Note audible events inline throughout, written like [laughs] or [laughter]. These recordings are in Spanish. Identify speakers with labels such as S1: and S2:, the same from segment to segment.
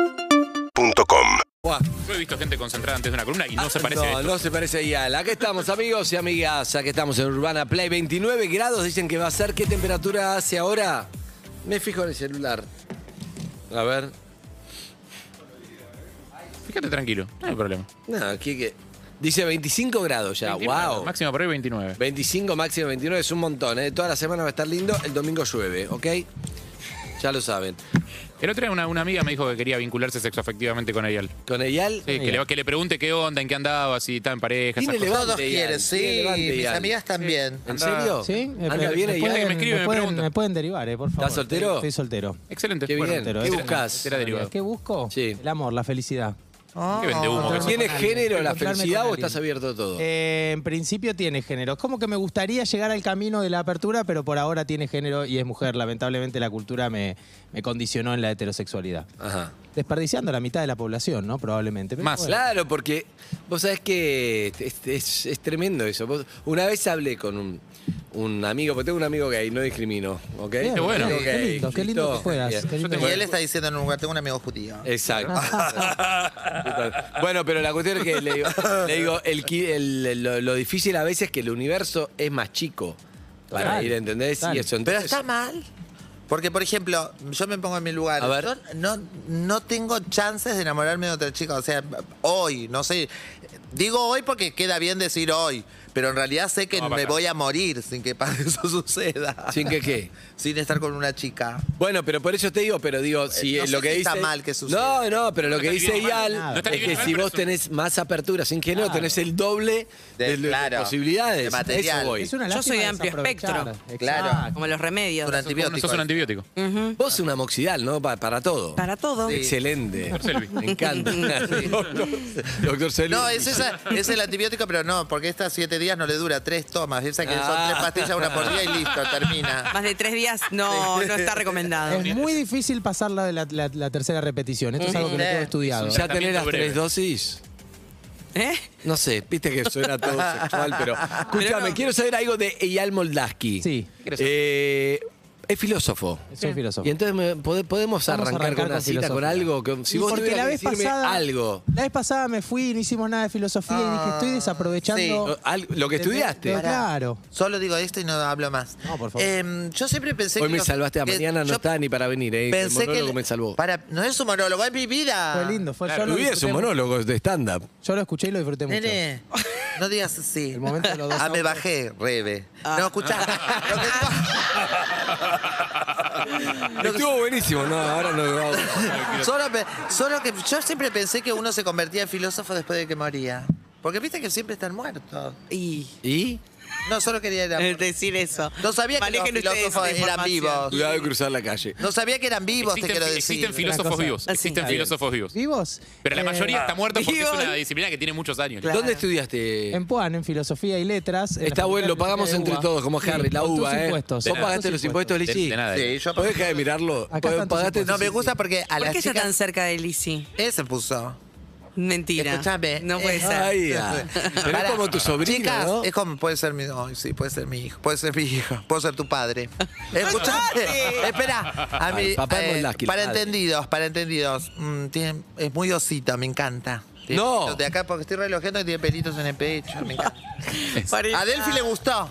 S1: UrbanaPlayFM.com
S2: Buah, yo he visto gente concentrada antes de una columna y no
S3: Ah,
S2: se parece a
S3: No,
S2: esto.
S3: no se parece a Iala. Acá estamos, amigos y amigas. Acá estamos en Urbana Play. 29 grados dicen que va a ser. ¿Qué temperatura hace ahora? Me fijo en el celular. A ver.
S2: Fíjate tranquilo, no hay problema.
S3: No, aquí que. Dice 25 grados ya.
S2: 29,
S3: ¡Wow!
S2: Máximo por hoy 29.
S3: 25, máximo 29 es un montón. ¿eh? Toda la semana va a estar lindo. El domingo llueve, ¿ok? Ya lo saben.
S2: El otro día una, una amiga me dijo que quería vincularse sexoafectivamente con Ayal.
S3: Con Eyal.
S2: Sí, que, le, que le pregunte qué onda, en qué andaba, si está en pareja, esas
S3: Tiene
S2: cosas.
S3: levante,
S4: Todos
S3: Ian,
S4: quieren,
S3: tiene
S4: sí.
S3: levante,
S4: Mis
S3: Ian.
S4: amigas también.
S3: ¿En
S2: Anda-
S3: serio?
S5: Sí, eh,
S3: Anda
S5: pero
S3: bien
S5: me
S3: Eyal.
S2: puede-
S5: pueden,
S2: me escribe, me
S5: pueden,
S2: pregunta.
S5: me pueden derivar, eh, por favor.
S3: ¿Estás soltero?
S5: Estoy, estoy soltero.
S2: Excelente.
S3: Qué bien.
S2: entero,
S3: ¿Qué
S2: era-
S3: buscás?
S2: Era derivado.
S5: ¿Qué busco?
S3: Sí.
S5: El amor, la felicidad.
S2: Qué vende
S4: Oh.
S2: humo que sos.
S3: ¿Tiene
S5: Encontrarme
S3: género la
S5: con
S3: felicidad o
S5: alguien.
S3: estás abierto a todo?
S5: Eh, en principio tiene género. Como que me gustaría llegar al camino de la apertura, pero por ahora tiene género y es mujer. Lamentablemente la cultura me, me condicionó en la heterosexualidad.
S3: Ajá.
S5: Desperdiciando la mitad de la población, ¿no? Probablemente. Pero
S2: Más.
S5: bueno.
S3: Claro, porque vos sabés que es, es- es tremendo eso. Vos- una vez hablé con un, un amigo, porque tengo un amigo gay, no discrimino, ¿ok?
S5: Bien,
S2: Qué bueno.
S5: bien,
S3: Ok,
S5: Qué lindo, qué lindo
S3: listo.
S5: que puedas. qué
S3: Bien.
S5: lindo
S2: tengo-
S5: que
S4: Y él está diciendo en un lugar, tengo un amigo judío.
S3: Exacto.
S5: Ah.
S3: [laughs] bueno, pero la cuestión es que le digo, le digo, el qui- el- lo, lo difícil a veces es que el universo es más chico para
S5: Total,
S3: ir, ¿entendés?
S5: total.
S3: Y eso,
S4: Pero
S3: entonces,
S4: está mal. Porque, por ejemplo, yo me pongo en mi lugar.
S3: A ver.
S4: Yo no, no tengo chances de enamorarme de otra chica. O sea, hoy, no sé. Digo hoy porque queda bien decir hoy. Pero en realidad sé que
S2: No va a
S4: me
S2: pasar.
S4: voy a morir sin que [laughs] pa- eso suceda.
S3: ¿Sin que qué?
S4: Sin estar con una chica.
S3: Bueno, pero por eso te digo, pero digo, si
S4: no
S3: eh,
S4: sé
S3: lo que
S4: si
S3: dice.
S4: está mal que suceda.
S3: No, no, pero lo
S2: No
S3: que dice
S2: está bien mal,
S3: Ial
S5: nada. No
S2: está
S3: es
S2: bien
S3: que
S2: mal,
S3: si
S2: pero
S3: vos
S2: es un-
S3: tenés más apertura, sin que no,
S5: Claro.
S3: tenés el doble de,
S4: De-
S3: de
S4: claro,
S3: posibilidades.
S4: de material.
S3: Eso voy.
S5: Es una
S6: Yo
S5: lástima
S6: soy de amplio espectro.
S5: desaprovechar.
S4: Claro.
S5: Exacto.
S6: Como los remedios.
S4: Un antibiótico.
S2: Sos un antibiótico.
S6: Ujú.
S3: Vos una moxidal, ¿no? Pa- para todo.
S6: Para todo.
S3: Excelente.
S2: Doctor Selvi.
S3: Me encanta. Doctor- [laughs] Doctor Selvi.
S4: No, es, esa- es el antibiótico, pero no, porque estas siete días no le dura tres tomas. Piensa que son
S3: Ah.
S4: tres pastillas, una por día y listo, termina.
S6: Más de tres días no, no
S4: [laughs]
S6: está recomendado.
S5: Es muy difícil pasar la, la- la- la tercera repetición. Esto es algo que no
S4: Sí.
S5: tengo estudiado.
S3: ¿Ya tenés las
S2: Tratamiento breve.
S3: tres dosis?
S6: ¿Eh?
S3: No sé, viste que suena todo sexual, pero. Escúchame,
S6: Pero no.
S3: quiero saber algo de Eyal Moldaski.
S5: Sí.
S3: Eh, es filósofo.
S5: Soy filósofo.
S3: Y entonces me- pode- podemos
S5: Vamos a
S3: arrancar, con una cita, con
S5: filosofía.
S3: algo. que- si
S5: Y
S3: vos
S5: porque
S3: tuvieras que
S5: la vez
S3: decirme
S5: pasada
S3: algo.
S5: La vez pasada me fui y no hicimos nada de filosofía y dije, estoy desaprovechando.
S3: O- al- Lo que
S5: de- de-
S3: estudiaste.
S5: de- claro.
S4: Solo digo esto y no hablo más.
S5: No, por favor.
S4: Em, yo siempre pensé
S3: Hoy
S4: que
S3: me
S4: los-
S3: salvaste a
S4: que
S3: mañana, no
S4: yo
S3: estaba ni para venir, ¿eh? el
S4: Pensé que
S3: monólogo
S4: el-
S3: me salvó.
S4: Para, no es un monólogo, es mi vida.
S3: ah,
S5: Fue lindo, fue yo
S3: Tu vida
S5: lo
S3: es un
S5: disfruté
S3: monólogo de
S4: [laughs]
S3: stand-up.
S5: mucho. Yo lo escuché y lo disfruté mucho. [laughs]
S4: Nene, no digas así.
S5: El momento de los dos
S4: ah, me
S5: autos. Ah.
S4: bajé, Rebe. No,
S5: [laughs]
S4: escuchá. Lo que digo- Lo que-
S3: Estuvo buenísimo, no, ahora no
S4: [laughs]
S3: lo hago.
S4: Solo, pe- solo que yo siempre pensé que uno se convertía en filósofo después de que moría. Porque viste que siempre están muertos.
S6: Y
S3: ¿Y?
S4: No, solo quería ir a-
S6: es decir eso.
S4: No sabía que los
S6: Manejen ustedes
S4: filósofos
S6: esa
S4: eran
S6: información.
S4: vivos.
S3: Cuidado de cruzar la calle.
S4: No sabía que eran vivos, te quiero
S2: Existen,
S4: decir.
S2: existen
S5: Una
S2: filósofos
S5: cosa.
S2: vivos.
S6: Ah, sí.
S2: Existen
S6: Está bien.
S2: filósofos vivos.
S5: ¿Vivos?
S2: Pero la
S5: Eh,
S2: mayoría está muerta porque es
S6: vivos.
S2: una disciplina que tiene muchos años.
S6: Claro.
S3: ¿Dónde estudiaste?
S5: En Puan, en filosofía y letras. en la
S3: Está bueno, lo
S5: Facultad de
S3: pagamos
S5: Filosofía de
S3: entre
S5: UBA.
S3: todos, como
S5: Sí,
S3: Harry, la
S5: con tus
S3: uva, ¿eh?
S5: impuestos.
S3: ¿Vos
S5: Con tus
S3: pagaste los impuestos,
S2: De-
S3: Lichi?
S2: de nada.
S4: Sí, yo
S3: ¿Podés dejar de mirarlo?
S5: Acá están tus
S3: ¿Pagaste
S4: No,
S3: tus
S4: me gusta porque a
S6: ¿Por
S4: las
S6: qué está tan
S4: chicas...
S6: cerca de Lizzy?
S4: Él se puso.
S6: Mentira.
S4: Escúchame.
S6: No puede
S4: Eh,
S6: ser.
S3: Ay, ah. Pero es
S4: Pará.
S3: como tu sobrino,
S4: Chicas,
S3: ¿no?
S4: es como puede ser mi. ay, sí, puede ser mi hijo. Puede ser mi hija. Puedo ser tu padre. Escuchate.
S6: ¡Acordate!
S4: Espera. A
S3: Al
S4: mí, eh,
S3: papá de Molaski, el
S4: para
S3: padre.
S4: entendidos, para entendidos. Mm, tiene- es muy osito, me encanta. Tiene
S3: No.
S4: pelitos De acá, porque estoy relojando y tiene pelitos en el pecho. Me encanta.
S6: Parece-
S4: A Delphi le gustó.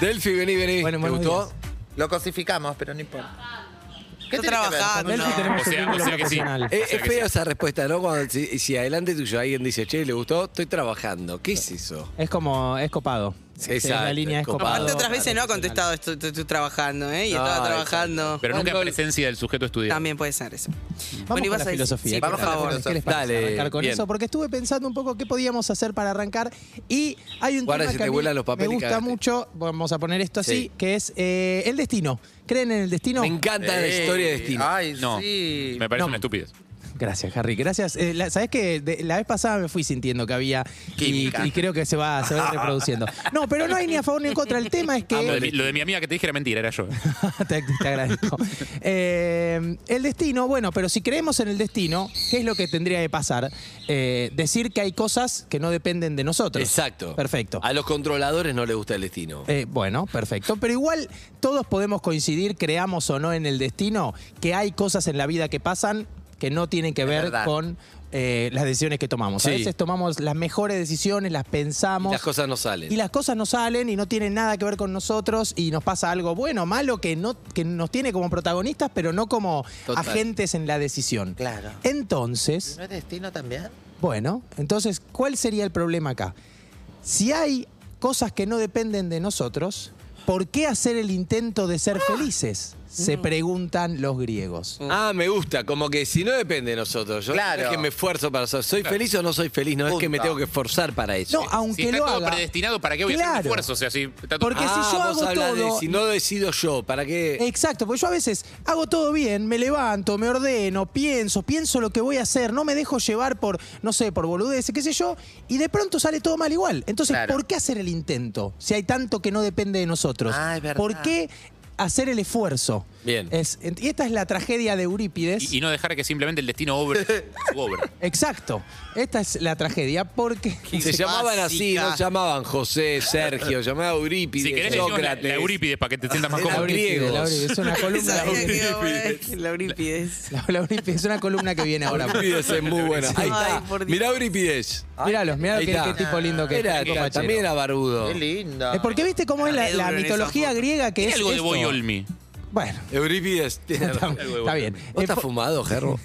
S3: Delphi, vení, vení.
S5: Bueno,
S3: ¿Te
S5: buenos
S3: gustó?
S5: días.
S4: Lo cosificamos, pero no importa. ¿Qué
S6: Está
S4: tiene que ver?
S6: trabajando.
S5: Delphi
S3: Ah,
S6: No.
S5: tenemos
S2: O sea-
S5: un
S2: o
S5: vínculo
S2: sea que sí.
S5: profesional.
S3: Eh,
S2: O sea
S3: es
S2: que
S3: feo esa respuesta, ¿no? Cuando, si, si adelante tuyo alguien dice, che, le gustó, estoy trabajando. ¿Qué es eso?
S5: Es como, es copado.
S3: Sí,
S5: Es la
S3: exacto,
S5: línea es
S3: es copado.
S5: copado.
S6: Aparte otras veces no ha contestado, estoy, estoy- estoy trabajando, ¿eh? Y estaba
S3: Ay,
S6: trabajando.
S2: Pero nunca en
S3: Cuando-
S2: presencia del sujeto estudiante.
S6: También puede ser eso.
S5: Vamos
S6: Bueno, y
S5: con
S6: vas
S5: la
S6: a decir-
S5: filosofía.
S6: sí,
S5: ¿Qué
S6: por
S5: les
S4: vamos a la
S6: favor.
S5: parece? ¿Qué les
S3: filosofía.
S5: parece
S3: Dale,
S5: arrancar con
S3: bien.
S5: eso? Porque estuve pensando un poco qué podíamos hacer para arrancar y hay un
S3: Guarda,
S5: tema
S3: se
S5: que a
S3: te
S5: mí
S3: vuelan los papeles y
S5: me gusta
S3: cagaste.
S5: mucho, vamos a poner esto así,
S3: Sí.
S5: que es eh, el destino. ¿Creen en el destino?
S3: Me encanta la
S4: Eh,
S2: ah.
S3: historia de destino.
S4: Ay,
S2: No.
S4: sí.
S2: Me parece
S5: No.
S2: una estupidez.
S5: Gracias, Harry. Gracias. Eh, la- Sabés que de- la vez pasada me fui sintiendo que había. y-
S4: Química.
S5: Y, creo que se va, se va a ir reproduciendo. No, pero no hay ni a favor ni en contra. El tema es que.
S2: Ah, Lo de, mi, lo de mi amiga que te dije era mentira, era yo.
S5: [laughs] te, te agradezco. Eh, el destino, bueno, pero si creemos en el destino, ¿qué es lo que tendría que pasar? Eh, decir que hay cosas que no dependen de nosotros.
S3: Exacto. Ah.
S5: Perfecto.
S3: A los controladores no les gusta el destino.
S5: Eh, bueno, perfecto. Pero igual todos podemos coincidir, creamos o no en el destino, que hay cosas en la vida que pasan que no tienen que ver
S4: verdad.
S5: con eh, las decisiones que tomamos. A
S3: Sí.
S5: veces tomamos las mejores decisiones, las pensamos.
S3: Las cosas no salen.
S5: Y las cosas no salen y no tienen nada que ver con nosotros y nos pasa algo bueno, malo, que, no, que nos tiene como protagonistas, pero no como
S3: Total.
S5: agentes en la decisión.
S4: Claro.
S5: Entonces,
S4: ¿No es destino también?
S5: bueno, entonces, ¿cuál sería el problema acá? Si hay cosas que no dependen de nosotros, ¿por qué hacer el intento de ser felices? Se preguntan los griegos.
S3: Ah, me gusta, como que si no depende de nosotros. Yo
S4: Claro.
S3: no es que me esfuerzo para ser. ¿Soy feliz o no soy feliz? No es que me
S4: Punto.
S3: tengo que esforzar para eso.
S5: No, aunque
S2: si está
S5: lo
S2: todo
S5: haga.
S2: predestinado, ¿para qué voy a hacer un
S5: Claro.
S2: esfuerzo? O sea, si está todo-
S5: Porque si
S3: Ah,
S5: yo
S3: vos
S5: hago
S3: hablás de
S5: todo-
S3: si no decido yo, ¿para qué?
S5: Exacto, porque yo a veces hago todo bien, me levanto, me ordeno, pienso, pienso lo que voy a hacer, no me dejo llevar por, no sé, por boludeces, qué sé yo, y de pronto sale todo mal igual. Entonces,
S4: Claro.
S5: ¿por qué hacer el intento si hay tanto que no depende de nosotros?
S4: Ah, es verdad.
S5: ¿Por qué hacer el esfuerzo?
S3: Bien.
S5: Es- y esta es la tragedia de Eurípides.
S2: y, y no dejar que simplemente el destino obre.
S5: [laughs]
S2: u obra.
S5: Exacto, esta es la tragedia
S3: [laughs]
S5: porque...
S3: Se llamaban así,
S4: Básica.
S3: no llamaban José, Sergio, llamaba Eurípides,
S2: Si querés, le decimos la,
S3: Sócrates.
S2: la Eurípides para que te sientas más
S3: Era
S5: La
S2: cómodo.
S5: Eurípides,
S3: griegos.
S5: la Eurípides,
S3: [laughs]
S5: es una columna...
S6: Esa es la Eurípides. La Eurípides.
S5: La- la Eurípides, es una columna que viene [laughs] ahora.
S3: Eurípides es muy buena. Ahí
S6: Ay,
S3: está.
S6: por Dios.
S3: Mirá Eurípides.
S5: Míralo, mirá
S3: Ah, Ahí
S5: qué,
S3: está.
S5: qué tipo lindo que
S3: Era,
S5: qué
S3: era-
S5: fachero.
S3: también era barbudo.
S4: Qué lindo.
S5: Eh, porque viste cómo es la,
S6: Re duro
S5: la
S6: en esa
S5: mitología
S6: foto.
S5: griega que
S2: Tiene
S5: es.
S2: algo de
S5: esto.
S2: Boyolmi.
S5: Bueno,
S3: Eurípides. tiene
S5: [laughs] está,
S3: razón.
S5: está bien.
S3: ¿Vos
S5: Eh,
S3: estás
S5: po-
S3: fumado, Gerro?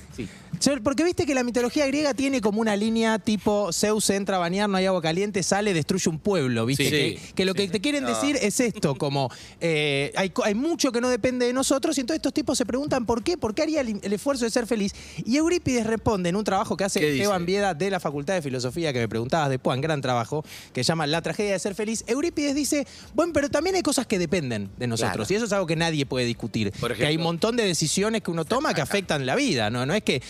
S5: Yo- porque viste que la mitología griega tiene como una línea tipo Zeus entra a bañar, no hay agua caliente, sale, destruye un pueblo, ¿viste?
S3: Sí.
S5: que, que lo que te quieren decir es esto, como eh, hay, co- hay mucho que no depende de nosotros y entonces estos tipos se preguntan por qué, por qué haría el, el esfuerzo de ser feliz. Y Eurípides responde en un trabajo que hace
S3: ¿Qué dice?
S5: Esteban Vieda de la Facultad de Filosofía, que me preguntabas después, un gran trabajo, que llama La tragedia de ser feliz. Eurípides dice, bueno, pero también hay cosas que dependen de nosotros y eso es algo que nadie puede discutir.
S3: Por
S5: que hay
S3: ejemplo.
S5: un montón de decisiones que uno toma que afectan la vida, ¿no? No es que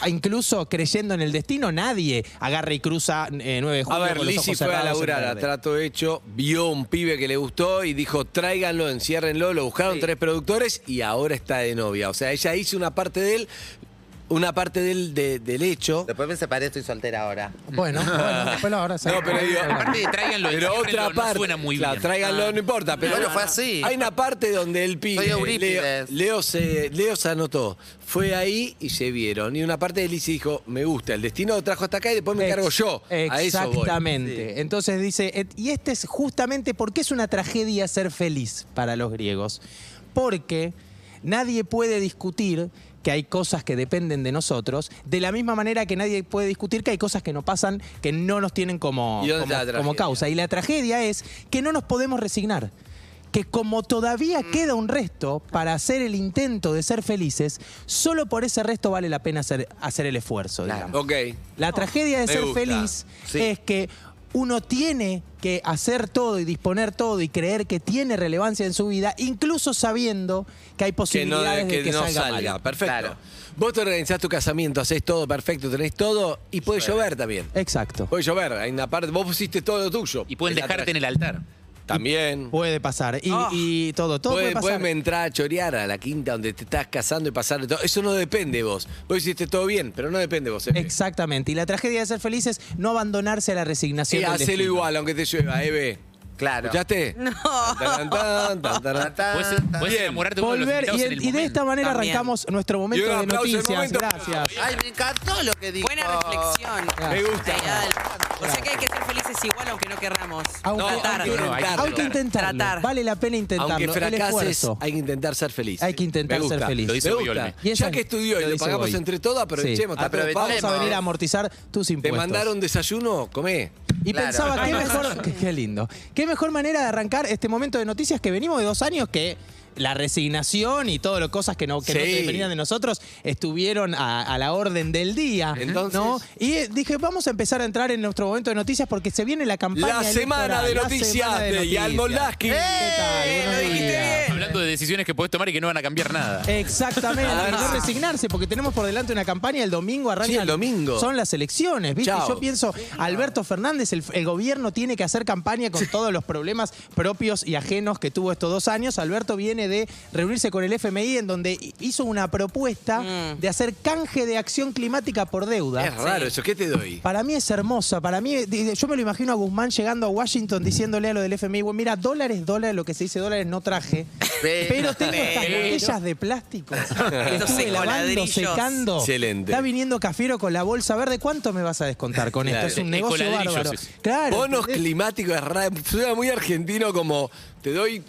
S5: ah, incluso creyendo en el destino nadie agarra y cruza eh, 9 de
S3: A
S5: julio
S3: ver,
S5: con los
S3: Lizzy
S5: ojos
S3: fue a
S5: cerrados en
S3: laburar a
S5: verde.
S3: trato hecho, vio un pibe que le gustó y dijo, tráiganlo, enciérrenlo, lo buscaron tres productores y ahora está de novia. O sea, ella hizo una parte de él, una parte de él de- del hecho.
S4: Después me separé, estoy soltera ahora.
S5: Bueno, bueno, después ahora se-
S3: No, pero
S5: [laughs]
S3: digo-
S2: Aparte, tráiganlo,
S3: Pero
S2: enciérrenlo,
S3: otra
S2: no
S3: parte,
S2: suena muy
S3: claro,
S2: bien. Ah.
S3: tráiganlo, no importa. Pero
S4: Bueno, fue así.
S3: Hay una parte donde el pibe,
S4: Soy
S3: Leo,
S4: Eurípides.
S3: Leo se, Leo se anotó, fue ahí y se vieron. Y una parte de Lizzy dijo, me gusta, el destino lo trajo hasta acá y después me cargo yo. A eso voy.
S5: Exactamente. Entonces dice, et- y este es justamente porque es una tragedia ser feliz para los griegos. Porque nadie puede discutir que hay cosas que dependen de nosotros, de la misma manera que nadie puede discutir que hay cosas que no pasan, que no nos tienen como,
S3: ¿Y dónde
S5: como-
S3: está la
S5: como
S3: tragedia?
S5: causa. Y la tragedia es que no nos podemos resignar. Que como todavía
S3: Mm.
S5: queda un resto para hacer el intento de ser felices, solo por ese resto vale la pena hacer, hacer el esfuerzo. digamos.
S3: Ok.
S5: La tragedia de
S3: Me
S5: ser
S3: gusta.
S5: feliz
S3: Sí.
S5: es que uno tiene que hacer todo y disponer todo y creer que tiene relevancia en su vida, incluso sabiendo que hay
S3: que no,
S5: posibilidades
S3: que
S5: de que
S3: no
S5: salga, mal.
S3: salga. Perfecto.
S4: Claro.
S3: Vos te organizás tu casamiento, hacés todo perfecto, tenés todo y puede llover también.
S5: Exacto.
S3: Puede llover, hay una parte, vos pusiste todo lo tuyo.
S2: Y pueden
S3: Es la
S2: dejarte
S3: tragedia.
S2: en el altar.
S3: También.
S5: Puede pasar. Y,
S6: Ah.
S5: y todo, todo puede,
S3: Pueden,
S5: pasar.
S3: pueden entrar a chorear a la quinta donde te estás casando y pasar todo. Eso no depende de vos. Vos hiciste todo bien, pero no depende de vos. Eve.
S5: Exactamente. Y la tragedia de ser feliz es no abandonarse a la resignación.
S3: Sí,
S5: del
S3: Eh, hacelo
S5: destino.
S3: igual, aunque te llueva, Eve.
S4: Claro.
S3: ¿Escuchaste? No.
S2: Puedes, puedes enamorarte de uno de los
S5: Volver.
S2: invitados
S5: Y,
S2: en el
S5: y de
S2: momento.
S5: esta manera
S6: También.
S5: arrancamos nuestro momento
S3: Y un
S5: de
S3: aplauso en el
S5: noticias.
S3: momento.
S5: Gracias.
S4: Ay, me encantó lo que dijo.
S6: Buena reflexión.
S5: Me
S3: gusta.
S6: Pegada al- O sea que hay que ser felices igual aunque no querramos.
S5: Aunque-
S6: Tratar.
S5: aunque-
S2: No, no, hay que
S5: Hay que intentarlo.
S6: Tratar.
S5: Vale la pena intentarlo.
S3: Aunque
S5: el
S3: fracases,
S5: esfuerzo.
S3: hay que intentar ser feliz.
S5: Hay que intentar
S3: Me gusta.
S5: ser feliz.
S2: Lo dice
S3: Me
S2: Boyolmi.
S3: gusta.
S5: Y eso
S3: Ya que estudió y lo
S5: dice
S3: pagamos
S5: Boy.
S3: entre todos, aprovechemos.
S5: Sí.
S3: Está todo pago.
S5: Vamos a venir a amortizar tus
S3: ¿Te
S5: impuestos.
S3: mandaron desayuno? Comé.
S5: Y
S4: Claro.
S3: [laughs]
S5: pensaba, qué mejor. qué, qué lindo. Qué mejor manera de arrancar este momento de noticias que venimos de dos años que. La resignación y todas las cosas que no, que no
S3: Sí.
S5: dependían de nosotros estuvieron a, a la orden del día.
S3: Entonces-
S5: ¿no? Y eh, dije, vamos a empezar a entrar en nuestro momento de noticias porque se viene la
S3: La
S5: campaña.
S3: semana
S5: electoral,
S3: de
S5: la
S3: noticias
S5: semana
S3: de Eh, Ian
S5: noticias.
S3: Moldaski.
S5: ¿Qué tal?
S6: lo
S5: Buenos
S6: dijiste
S5: días.
S6: bien.
S2: hablando de decisiones que podés tomar y que no van a cambiar nada.
S5: Eh, Exactamente,
S3: [laughs] A
S5: y
S3: ver,
S5: no
S3: sí.
S5: resignarse, porque tenemos por delante una campaña el domingo arranca.
S3: Sí, el domingo.
S5: Son las elecciones, ¿viste?
S3: Chao.
S5: Yo pienso, Alberto Fernández, el, el gobierno tiene que hacer campaña con todos los problemas propios y ajenos que tuvo estos dos años. Alberto viene de reunirse con el FMI, en donde hizo una propuesta
S6: Mm.
S5: de hacer canje de acción climática por deuda.
S3: Es raro eso, ¿qué te doy?
S5: Para mí es hermosa. Para mí, di- di- yo me lo imagino a Guzmán llegando a Washington diciéndole a lo del FMI, bueno, mira, dólares, dólares, lo que se dice dólares no traje.
S4: Pero-
S5: Pero tengo estas
S6: Pero-
S5: botellas de plástico. que
S6: Estos
S5: estuve lavando,
S6: ecoladrillos.
S5: secando.
S3: Excelente.
S5: Está viniendo Cafiero con la bolsa verde. ¿Cuánto me vas a descontar con
S3: Claro.
S5: esto? Es un negocio
S2: Ecoladrillos
S5: bárbaro.
S2: es.
S5: Claro.
S3: Bonos
S5: ¿entendés?
S3: climáticos es raro, suena muy argentino como te doy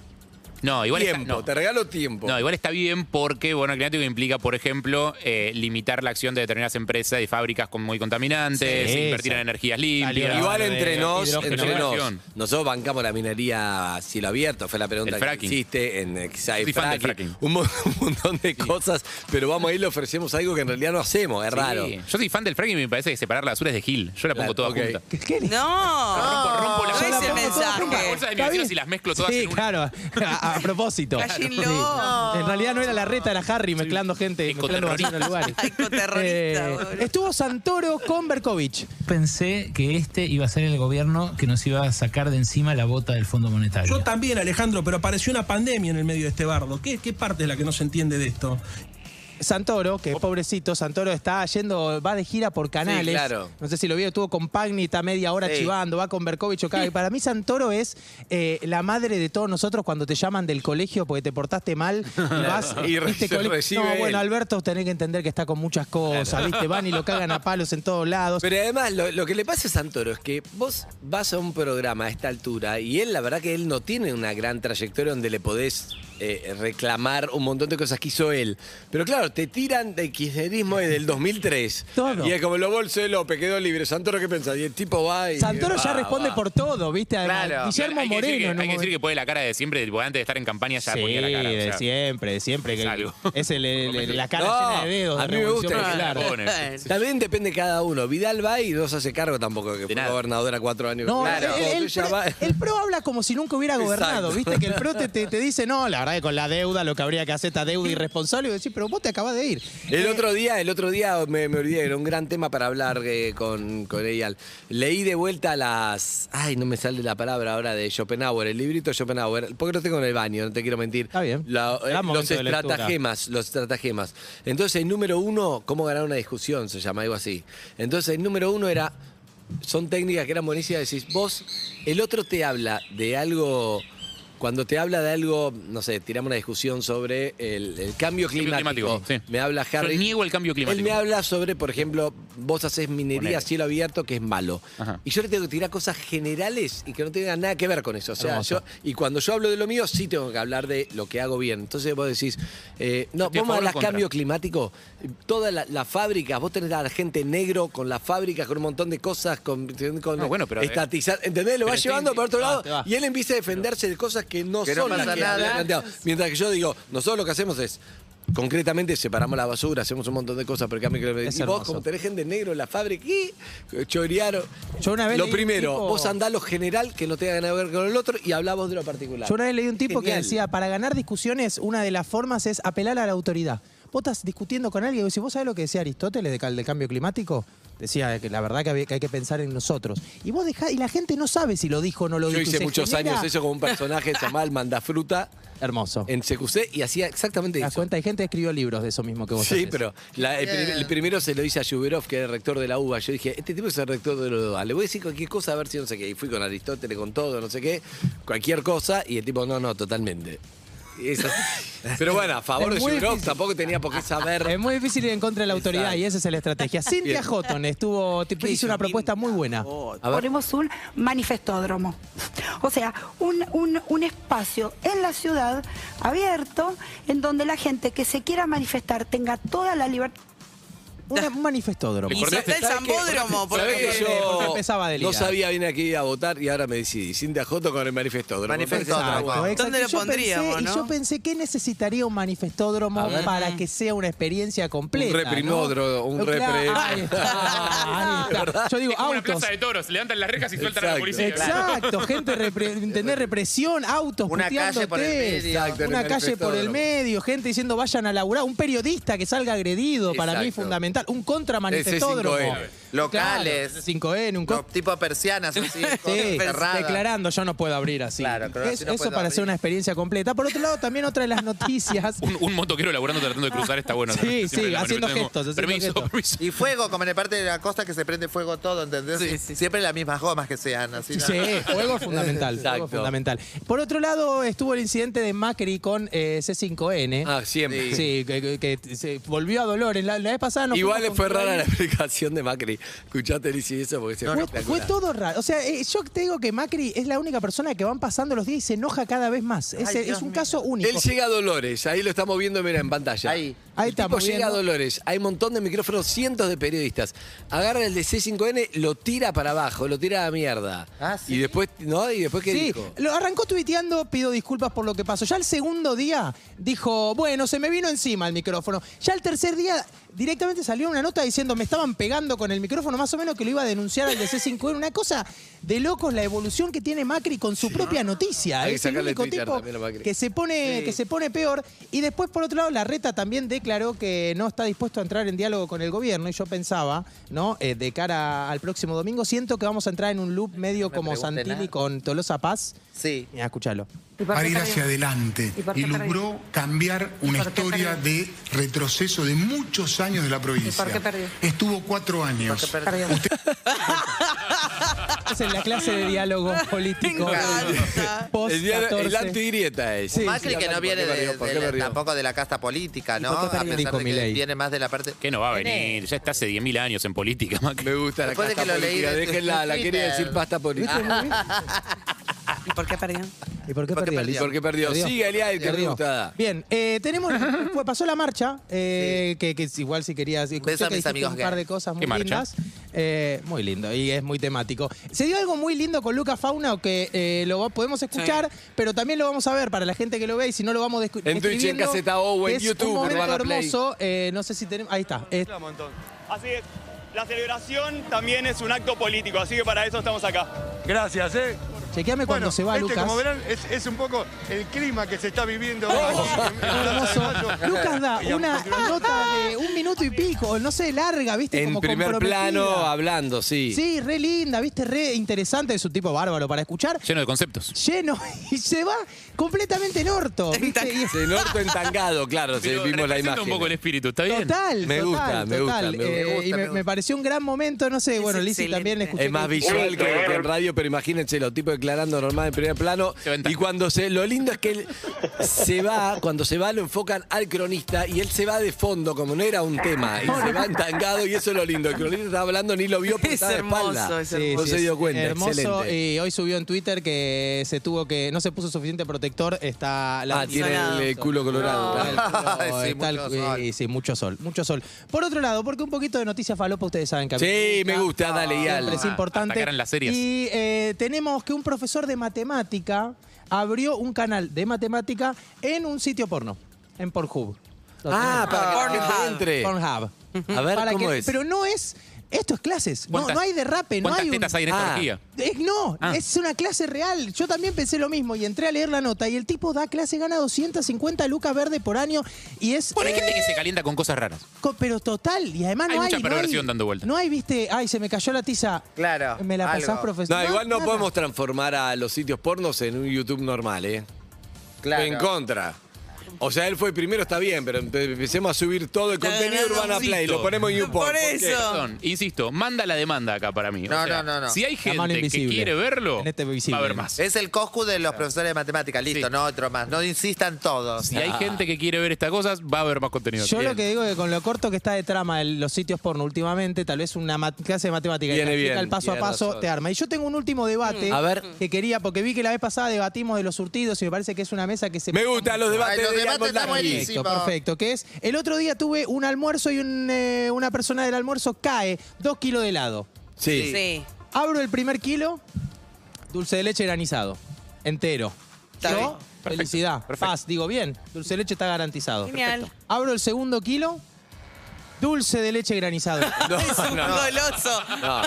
S2: No, igual está-
S3: tiempo,
S2: no.
S3: te regalo tiempo.
S2: No, igual está bien porque bono climático implica, por ejemplo, eh, limitar la acción de determinadas empresas y fábricas con- muy contaminantes,
S5: Sí,
S2: invertir
S5: sí.
S2: en energías
S5: Salió
S2: limpias.
S5: la
S3: Igual
S5: Claro,
S3: entre
S5: de
S3: nos,
S5: hidrógeno.
S3: entre nos,
S2: Generación.
S3: nosotros bancamos la minería a cielo abierto, fue la pregunta
S2: El
S3: que
S2: fracking.
S3: hiciste, en eh, quizá hay
S2: Soy fan del fracking.
S3: Un, mo- [laughs] un montón de cosas, pero vamos ahí le ofrecemos algo que en realidad no hacemos, es
S2: Sí.
S3: raro.
S2: Yo soy fan del fracking y me parece que separar la basura es de Gil. Yo la pongo
S3: Claro,
S2: toda
S3: ok.
S2: junta.
S5: ¿Qué- qué-
S6: No.
S2: Rompo, rompo
S6: no
S2: la-
S5: Yo
S6: es el
S5: la pongo toda junta.
S6: mensaje.
S2: Bolsa de mis
S5: ¿Está bien?
S2: vecinos y las mezclo todas
S5: Sí,
S2: en una.
S5: claro. [laughs] A, a propósito.
S6: Cállenlo.
S5: En realidad no era la reta, era Harry mezclando gente, mezclando
S2: Ecoterrorista.
S5: vecinos en
S3: [laughs]
S5: lugares. Eh,
S6: Ecoterrorista, boludo.
S5: estuvo Santoro con Berkovich.
S1: pensé que este iba a ser el gobierno que nos iba a sacar de encima la bota del Fondo Monetario.
S7: Yo también, Alejandro, pero apareció una pandemia en el medio de este bardo. ¿Qué, qué parte es la que no se entiende de esto?
S5: Santoro, que pobrecito, Santoro está yendo, va de gira por canales.
S3: Sí, claro.
S5: No sé si lo vio, estuvo con Pagni, está media hora
S4: Sí.
S5: chivando, va con Berkovich Ocaga. Y para mí Santoro es eh, la madre de todos nosotros cuando te llaman del colegio porque te portaste
S3: [laughs]
S5: mal. y vas,
S3: Y re-
S5: viste,
S3: se
S5: cole-
S3: recibe
S5: No, bueno,
S3: él.
S5: Alberto tenés que entender que está con muchas cosas, viste, van y lo cagan a palos en todos lados.
S3: Pero además, lo, lo que le pasa a Santoro es que vos vas a un programa a esta altura y él, la verdad que él no tiene una gran trayectoria donde le podés eh, reclamar un montón de cosas que hizo él. Pero claro, te tiran de kirchnerismo del 2003.
S5: [laughs] Todo.
S3: Y es como lo bolso de López, quedó libre. Santoro, ¿qué pensás? Y el tipo va y...
S5: Santoro ya
S3: va,
S5: responde
S3: va.
S5: por todo, viste, además.
S4: Claro.
S5: Guillermo
S2: Hay que decir que-
S5: Moreno. en un
S2: Hay que decir
S5: momento-
S2: que pone la cara de siempre, tipo, antes de estar en campaña ya
S5: sí,
S2: ponía la cara. o
S5: de
S2: sea,
S5: siempre, de siempre.
S2: es
S5: que-
S2: algo.
S5: es el- el- el- la cara
S3: No,
S5: llena de dedos. de
S3: a mí me gusta
S5: Revolución
S3: que-
S5: Popular.
S2: la pone, sí, sí.
S3: También depende de cada uno. Vidal va y no se hace cargo tampoco, que fue
S2: nada.
S3: gobernadora cuatro años.
S5: No,
S3: Claro.
S5: el, el- el
S3: Ella
S5: pro,
S3: va-
S5: el pro habla como si nunca hubiera gobernado,
S3: Exacto.
S5: ¿viste? Que el pro te, te- te dice, no, la verdad que con la deuda, lo que habría que hacer esta deuda irresponsable, y decís, pero vos te acabás de ir.
S3: El otro día, el otro día me, me olvidé, era un gran tema para hablar eh, con, con Eyal. Leí de vuelta las. Ay, no me sale la palabra ahora de Schopenhauer, el librito de Schopenhauer. Porque lo tengo en el baño, no te quiero mentir.
S5: Está bien.
S3: La- eh, los
S5: Gran momento de lectura.
S3: estratagemas, los estratagemas. Entonces, el número uno, ¿cómo ganar una discusión? Se llama algo así. Entonces, el número uno era. Son técnicas que eran buenísimas. Decís, vos, el otro te habla de algo. Cuando te habla de algo, no sé, tiramos una discusión sobre el, el cambio
S2: Cambio
S3: climático.
S2: climático, sí.
S3: Me habla
S2: Yo
S3: Harry.
S2: niego el cambio climático.
S3: Él me habla sobre, por ejemplo, vos haces minería a
S2: Ponele.
S3: cielo abierto, que es malo.
S2: Ajá.
S3: Y yo le tengo que tirar cosas generales y que no tengan nada que ver con eso. O sea,
S5: Hermoso.
S3: yo, y cuando yo hablo de lo mío, sí tengo que hablar de lo que hago bien. Entonces vos decís, eh, no,
S2: Estoy a
S3: vos me
S2: favor o
S3: hablas
S2: contra.
S3: cambio climático. Todas la- las fábricas, vos tenés a la gente negro con las fábricas, con un montón de cosas, con, con
S2: No, bueno, pero, eh,
S3: estatizar. ¿Entendés? Lo
S2: pero
S3: vas
S2: estoy-
S3: llevando para otro
S5: te va,
S3: lado
S5: te va.
S3: y él empieza a defenderse de cosas que no
S4: Que no
S3: son las
S4: pasa
S3: que
S4: nada.
S3: había planteado. Mientras que yo digo, nosotros lo que hacemos es, concretamente, separamos la basura, hacemos un montón de cosas, pero cambio que
S5: Es
S3: Y vos,
S5: hermoso.
S3: como tenés gente negro en la fábrica, ¿qué? Chorearon.
S5: Yo una vez
S3: lo
S5: leí un
S3: primero,
S5: tipo-
S3: vos andá lo general que no tenga nada que ver con el otro y hablá vos de lo particular.
S5: Yo una vez leí un tipo que
S3: Genial.
S5: decía, para ganar discusiones, una de las formas es apelar a la autoridad. Vos estás discutiendo con alguien, y si vos sabés lo que decía Aristóteles de cal- del cambio climático, decía que la verdad que, había- que hay que pensar en nosotros. Y vos dejá, y la gente no sabe si lo dijo o no lo
S3: Yo
S5: dijo. y
S3: hice
S5: se
S3: muchos
S5: genera-
S3: años eso con un personaje llamado el Mandafruta
S5: Hermoso.
S3: en CQC y hacía exactamente
S5: ¿Te das
S3: eso.
S5: cuenta? Hay gente que escribió libros de eso mismo que vos
S3: Sí,
S5: haces.
S3: pero la- el, prim- el primero se lo hice a Yuberov, que era el rector de la UBA. Yo dije, este tipo es el rector de la UBA. Le voy a decir cualquier cosa a ver si no sé qué. Y fui con Aristóteles, con todo, no sé qué. Cualquier cosa. Y el tipo, no, no, totalmente. Y eso-
S5: [laughs]
S3: Pero bueno, a favor
S5: Es
S3: de
S5: muy
S3: Yuberov
S5: difícil.
S3: tampoco tenía por qué
S5: [laughs] Es
S3: saber.
S5: muy difícil ir en contra de la autoridad
S3: Exacto.
S5: y esa es
S3: [laughs]
S5: la estrategia. Cintia Houghton estuvo, te hizo una propuesta muy buena.
S3: A ver.
S8: ponemos un manifestódromo. O sea, un, un- un espacio en la ciudad abierto en donde la gente que se quiera manifestar tenga toda la libertad
S5: Una- un manifestódromo.
S2: Le
S6: Y si
S2: cortaste-
S6: está el
S3: ¿Sabes qué?
S6: zambódromo, ¿por
S3: ¿Sabés
S6: qué?
S3: que yo
S5: empezaba a delirar?
S3: No sabía bien a qué iba a votar y ahora me decidí. Cintia Joto con el manifestódromo.
S4: Manifestódromo.
S3: Me parece que está
S5: Exacto,
S3: guapo.
S5: exacto.
S6: ¿Dónde lo
S5: Y yo
S6: pondríamos,
S5: pensé-
S6: no?
S5: Y yo pensé que necesitaría un manifestódromo para que sea una experiencia completa.
S3: Un reprimódromo,
S5: ¿no?
S3: un
S5: Claro,
S3: repre-
S5: Ahí
S3: [laughs]
S5: está, ahí está. Yo digo,
S2: Es como una
S5: autos.
S2: plaza de toros, levantan las rejas y sueltan a la
S3: Exacto.
S2: policía.
S5: Exacto, gente, repre- entender represión, autos,
S4: Una calle por el
S5: puteándote,
S4: medio.
S3: Exacto, en
S5: una
S3: el
S5: calle por el
S3: manifestódromo.
S5: medio, gente diciendo vayan a laburar, un periodista que salga agredido, para mí
S3: Exacto.
S5: fundamental, un contramanifestódromo.
S3: Ese 5N.
S4: Locales.
S5: Claro, 5N, un
S4: No,
S5: co-
S4: tipo persianas, así, [laughs]
S5: Sí,
S4: cerradas.
S5: declarando, yo no puedo abrir así.
S4: Claro, claro,
S5: Es-
S4: así no
S5: eso
S4: puedo
S5: para
S4: abrir.
S5: ser una experiencia completa. Por otro lado, también otra de las noticias.
S2: Un, un motoquero laburando tratando de cruzar está bueno. Siempre
S5: Sí, sí,
S2: la mano,
S5: haciendo
S2: como,
S5: gestos, haciendo
S2: Permiso,
S5: gestos".
S2: permiso.
S4: Y fuego, como en el parte de la costa que se prende fuego todo, ¿entendés?
S6: Sí, sí.
S4: Siempre las mismas gomas que sean, así.
S5: Sí,
S4: ¿no? [laughs]
S5: juego es fundamental. juego
S3: Exacto.
S5: fundamental. Por otro lado, estuvo el incidente de Macri con eh, C5N.
S3: Ah, siempre.
S5: Sí, que, que- que se volvió a Dolores. La, la vez pasada nos
S3: Igual le
S5: fuimos
S3: fue
S5: con
S3: rara la
S5: Dolores.
S3: explicación de Macri. Escuchate, Lizzy, eso porque se
S5: Fue, fue todo raro. O sea, eh, yo te digo que Macri es la única persona que van pasando los días y se enoja cada vez más. Es,
S4: Ay,
S5: es
S4: Dios
S5: un
S4: mío.
S5: caso único.
S3: Él llega a Dolores, ahí lo estamos viendo, mira, en pantalla.
S4: Ahí.
S5: Ahí
S3: El tipo
S5: estamos
S3: llega a
S5: viendo.
S3: Dolores, hay un montón de micrófonos, cientos de periodistas. Agarra el de C5N, lo tira para abajo, lo tira a la mierda.
S4: Ah, ¿sí?
S3: Y después, ¿no? Y después, ¿qué
S5: Sí,
S3: dijo?
S5: lo arrancó tuiteando, pido disculpas por lo que pasó. Ya el segundo día dijo, bueno, se me vino encima el micrófono. Ya el tercer día directamente salió una nota diciendo, me estaban pegando con el mmicrófono, más o menos que lo iba a denunciar al de C5N. Una cosa de locos la evolución que tiene Macri con su propia noticia.
S3: Hay que
S5: es el
S3: sacarle
S5: único
S3: Twitter
S5: tipo
S3: también a Macri.
S5: que se, pone, que se pone peor. Y después, por otro lado, la reta también declaró que no está dispuesto a entrar en diálogo con el gobierno. Y yo pensaba, ¿no? Eh, de cara al próximo domingo, siento que vamos a entrar en un loop medio
S4: me
S5: como
S4: pregunte
S5: Santilli
S4: nada.
S5: con Tolosa Paz.
S4: Sí.
S5: Mira, escúchalo.
S9: para ir hacia adelante y logró cambiar una historia de retroceso de muchos años de la provincia. Estuvo cuatro años.
S5: Es en la clase de
S4: [laughs]
S5: diálogo político.
S6: encanta.
S5: Post
S3: El, diario-
S5: 14.
S3: el antigrieta es.
S5: Sí,
S4: Macri que no
S3: ¿Por qué
S4: viene
S3: me río?
S4: de-
S3: ¿Por qué
S4: de-
S3: me río?
S4: tampoco de la casta política, ¿no?
S5: por qué
S4: A pesar
S5: perdió?
S4: de que
S5: Milei.
S4: viene más de la parte...
S2: Que no va a venir, ya está hace 10.000 años en política, Macri.
S3: Me gusta la
S4: Después de
S3: pasta
S4: que lo leí
S3: política.
S4: de-
S3: Déjenla, la
S4: de
S3: quería
S4: Twitter.
S3: decir pasta política.
S6: ¿Y por qué perdieron?
S5: ¿Y por qué
S4: Porque
S5: perdió?
S4: perdió.
S5: Alicia?
S3: ¿Por qué perdió?
S5: Perdió.
S3: Sigue, Eliade, que
S5: Perdió.
S3: gustada.
S5: Bien, eh,
S9: [laughs]
S5: tenemos. fue- pasó la marcha, eh, que, que es igual si querías. escuché
S4: Beso a
S5: que
S4: mis
S5: dijiste
S4: amigos
S5: Un par
S4: gay.
S5: de cosas muy
S2: ¿Qué marcha?
S5: lindas. Eh, muy lindo, y es muy temático. Se dio algo muy lindo con Luca Fauna que eh, lo va- podemos escuchar, pero también lo vamos a ver para la gente que lo ve y si no lo vamos descu-
S3: En Twitch, en
S5: describiendo,
S3: Caseta O, en
S5: es
S3: YouTube,
S5: Un momento
S3: Urbana Play.
S5: hermoso, eh, no sé si tenemos. Ahí está. eh,
S10: Así es, la celebración también es un acto político, así que para eso estamos acá.
S9: Gracias, eh.
S5: chequeame cuando
S9: Bueno,
S5: se va,
S9: este,
S5: Lucas.
S9: como verán, es, es un poco el clima que se está viviendo.
S5: Hermoso. Lucas da
S9: Y a
S5: una
S9: continuación-
S5: nota de un minuto y pico, no sé, larga, ¿viste?
S3: En
S5: Como
S3: primer plano,
S5: comprometida.
S3: hablando, sí.
S5: Sí, re linda, ¿viste? Re interesante, es un tipo bárbaro para escuchar.
S2: Lleno de conceptos.
S5: Lleno [laughs] y se va completamente en orto, ¿viste? Y-
S3: Se norte entangado, claro, sí,
S2: Pero
S3: vimos la
S2: representa
S3: imagen.
S2: un poco el espíritu, ¿está bien?
S5: Total,
S3: Me
S5: total,
S3: gusta, me gusta, me
S5: total.
S3: gusta.
S5: Eh,
S4: Me gusta,
S5: y
S4: me
S5: me,
S4: gusta.
S5: me pareció un gran momento, no sé,
S6: Es
S5: bueno, Lizzy también
S6: excelente.
S5: escuché.
S3: Es más
S5: que-
S3: visual que, que en radio, pero imagínense los tipos declarando normal en primer plano.
S2: Se va en
S3: Y
S2: tango.
S3: cuando se. Lo lindo es que él se va, cuando se va, lo enfocan al cronista y él se va de fondo, como no era un tema. Y se va entangado y eso es lo lindo. El cronista estaba hablando, ni lo vio porque
S6: Es
S3: estaba de
S6: hermoso,
S3: espalda.
S6: es hermoso.
S3: No se dio
S5: es
S3: cuenta,
S5: Hermoso.
S3: excelente.
S5: Y hoy subió en Twitter que se tuvo que. No se puso suficiente protector. Está la
S3: Ah, tiene el eh, culo colorado.
S5: Está
S3: claro.
S5: el
S3: [laughs]
S5: culo,
S4: Ay, sí,
S5: está el-
S4: mucho sol.
S5: eh, sí, mucho sol, mucho sol. Por otro lado, porque un poquito de noticias falopa ustedes saben que a mí
S3: Sí, me gusta, dale, y
S5: siempre es importante.
S2: Atacaran las series.
S5: Y eh, tenemos que un profesor de matemática abrió un canal de matemática en un sitio porno, en Pornhub. Lo
S3: Ah, para que la gente
S6: Pornhub.
S3: entre.
S5: tenemos. Pornhub.
S3: A ver,
S5: Para
S3: ¿cómo
S5: que-
S3: es?
S5: Pero no es. Esto es clases. No,
S2: ¿Cuántas-
S5: no hay derrape, no
S2: ¿Cuántas
S5: hay un.
S2: tetas hay en esta
S3: Ah.
S2: orgía?
S5: Eh, no,
S2: Ah.
S5: es una clase real. Yo también pensé lo mismo y entré a leer la nota y el tipo da clase, gana 250 lucas verde por año y es...
S2: Bueno, hay gente que
S5: eh,
S2: se calienta con cosas raras.
S5: co- Pero total, y además
S2: Hay
S5: no hay...
S2: mucha
S5: no
S2: perversión dando vuelta.
S5: No hay, viste, ay, se me cayó la tiza.
S4: Claro,
S5: Me la pasás,
S4: algo.
S5: profesor.
S3: No, igual no
S5: pues, nada.
S3: podemos transformar a los sitios pornos en un YouTube normal, ¿eh?
S4: Claro.
S3: En contra. O sea, él fue primero, está bien, pero empe- empecemos a subir todo el
S6: Está
S3: contenido de
S6: ganando
S3: Urbana
S6: un
S3: Play, lo
S2: sitio.
S3: ponemos en
S6: Por
S3: YouPorn. ¿por qué?
S6: eso.
S2: Perdón, insisto, manda la demanda acá para mí. O
S4: No,
S2: sea,
S4: no, no, no.
S2: Si hay
S5: La mano
S2: gente que
S5: invisible.
S2: quiere verlo,
S5: En este
S2: va
S5: visible.
S2: a haber más.
S4: Es el Coscu de los profesores de matemática, listo,
S2: Sí.
S4: no otro más. No insistan todos.
S2: Si hay gente que quiere ver estas cosas, va a haber más contenido.
S5: ah. Yo
S2: Bien.
S5: lo que digo es que con lo corto que está de trama el- los sitios porno últimamente, tal vez una mat- clase de matemática
S3: Viene
S5: que te explica
S3: bien,
S5: el paso a
S3: tiene
S5: paso
S3: razón.
S5: te arma. Y yo tengo un último debate
S3: A ver.
S5: que quería, porque vi que la vez pasada debatimos de los surtidos y me parece que es una mesa que se...
S3: Me gustan los debates
S4: Ay, los
S3: de
S4: remate está buenísimo.
S5: Perfecto, perfecto. Que es, el otro día tuve un almuerzo y un, eh, una persona del almuerzo cae dos kilos de helado.
S3: Sí.
S6: Sí.
S5: Abro el primer kilo, dulce de leche granizado, entero.
S6: Está
S5: Yo,
S6: bien.
S5: felicidad, paz, digo bien, dulce de leche está garantizado.
S6: Genial.
S5: Perfecto. Abro el segundo kilo, dulce de leche granizado.
S6: Es un goloso.
S3: No,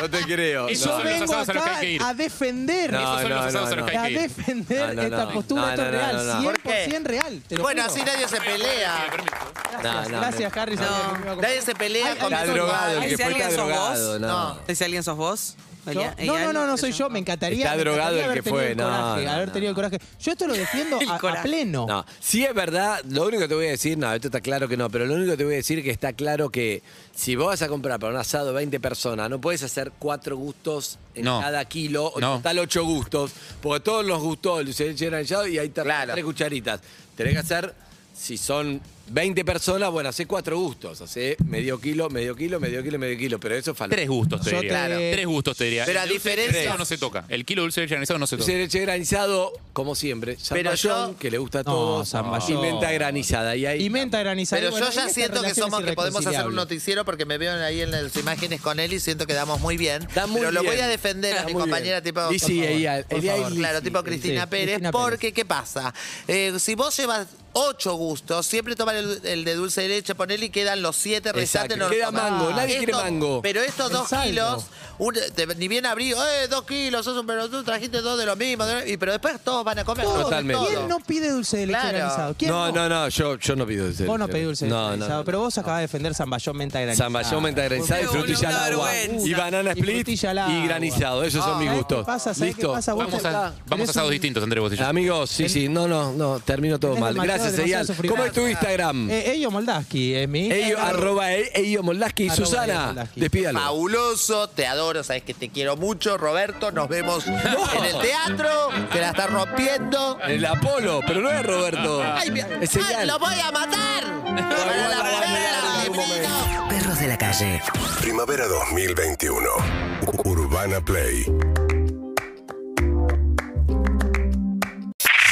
S3: no te
S6: [laughs]
S3: creo.
S2: Eso
S3: no.
S2: son los
S5: Yo vengo
S2: asados a los que hay
S5: acá
S2: que ir.
S5: a defender.
S3: No,
S2: Esos son los asados a los que hay
S5: A
S2: que ir.
S5: defender
S3: No, no,
S5: esta
S3: no.
S5: postura,
S3: No,
S5: esto es
S3: no, no,
S5: real,
S3: no, no.
S5: 100%
S4: ¿Por qué?
S5: real. te lo
S4: Bueno,
S5: juro.
S4: así nadie se pelea.
S5: Gracias,
S3: No, no,
S5: gracias,
S3: me-
S5: Harry. sabía que me iba a
S4: Nadie se pelea con
S3: Está
S4: esos
S3: drogado, el
S4: lugares.
S3: que
S6: Ese
S3: fue está
S6: alguien sos
S3: drogado.
S6: vos.
S3: No.
S6: ¿Es alguien sos vos?
S5: Yo-
S6: Elia-
S5: No,
S6: Eyal,
S5: no, no, no
S6: ¿Soy
S5: soy yo, me encantaría.
S3: Está
S5: me encantaría
S3: drogado el
S5: haber
S3: que
S5: tenido
S3: fue,
S5: el
S3: no,
S5: coraje,
S3: no,
S5: haber
S3: no.
S5: tenido el coraje. Yo esto lo defiendo
S6: El
S5: a, a
S6: coraje.
S5: pleno.
S3: No, sí es verdad, lo único que te voy a decir, no, esto está claro que no, pero lo único que te voy a decir es que está claro que si vos vas a comprar para un asado 20 personas, no puedes hacer cuatro gustos en
S2: No.
S3: cada kilo, o
S2: No.
S3: total ocho gustos, porque todos los gustos, el dulce de leche granizado y ahí te
S4: Claro.
S3: tres cucharitas. Tenés que hacer, si son 20 personas, bueno, hace cuatro gustos, hace medio kilo, medio kilo, medio kilo, medio kilo, pero eso es falo.
S2: Tres gustos, te
S5: Yo
S2: diría.
S5: te- Claro.
S2: Tres gustos, te diría.
S4: Pero
S2: El
S4: a
S2: dulce de leche
S4: diferencia-
S2: granizado no se toca. El kilo de dulce de leche granizado no se toca.
S3: Dulce de leche granizado, como siempre,
S4: Pero yo-
S3: zamballón, que le gusta a
S5: No,
S3: todos, y
S5: zamballón.
S3: menta granizada. Y ahí
S5: Y menta granizada.
S4: Pero
S5: Bueno,
S4: yo ya
S5: esta
S4: siento que
S5: relación
S4: somos
S5: es
S4: que podemos hacer un
S5: irreconciliable.
S4: noticiero porque me veo ahí en las imágenes con él y siento que damos muy bien.
S3: Da muy
S4: pero lo
S3: bien.
S4: voy a defender
S3: Da
S4: a mi
S3: muy
S4: compañera
S3: bien.
S4: tipo.
S3: Lizzy,
S4: por favor,
S3: ahí, al-
S4: por
S3: ahí hay
S4: favor.
S3: Lizzy,
S4: Claro, tipo
S5: Lizzy.
S4: Cristina
S5: Sí,
S4: Pérez,
S5: Cristina Pérez.
S4: porque ¿qué pasa? Eh, si vos llevas ocho gustos, siempre tomar el, el de dulce de leche, ponele y quedan los siete restantes.
S3: Exacto, queda
S4: tomás.
S3: mango, nadie quiere mango.
S4: Pero estos
S5: El
S4: dos
S5: saldo.
S4: kilos, un- te- ni bien abrí, eh, dos kilos, sos un pelotudo, trajiste dos de lo mismo, de- y, pero después todos van a comer.
S5: Todo,
S3: Totalmente.
S5: ¿Quién no pide dulce de leche
S4: Claro.
S5: granizado? ¿Quién
S3: no, no, no, yo, yo no pido dulce. de
S5: Vos no
S3: leche.
S5: pedís dulce de leche
S3: No, no,
S5: granizado,
S3: no.
S5: pero vos acabás de defender zamballón menta granizada.
S3: Zamballón, menta granizada y
S6: Porque
S3: frutilla
S6: boludo,
S3: al agua.
S6: vergüenza.
S3: Y banana
S5: Y
S3: split y,
S5: frutilla al agua.
S3: granizado. Esos son mis
S5: ¿Sabés
S3: gustos.
S5: qué pasa? ¿Sabés qué
S3: ¿Listo?
S5: pasa? Vos
S2: Vamos a,
S5: acá
S2: vamos
S5: tenés
S2: a asados
S5: un-
S2: distintos, Andrés Botillo.
S3: Amigos, sí, sí. No, no, no. Termino todo
S5: Tenés
S3: mal.
S5: demasiado-
S3: Gracias,
S5: demasiado
S3: Eyal.
S5: sufrimiento.
S3: ¿Cómo es tu Instagram?
S5: Eh, Elio Moldaski es mi...
S3: Eyo, arroba e- Eyo Molaski.
S5: Arroba Eyo
S3: Susana,
S5: Molaski.
S3: despídalo.
S4: Fabuloso, te adoro, sabes que te quiero mucho, Roberto. Nos vemos en el teatro, que la estás rompiendo.
S3: El Apolo, pero no es Roberto.
S4: ¡Ay, mi- ay,
S3: Es
S5: Ah,
S3: Eyal.
S4: lo voy a matar! ¡Para la mujer, divino.
S11: Perros de la calle.
S12: Primavera 2021. U- Urbana Play.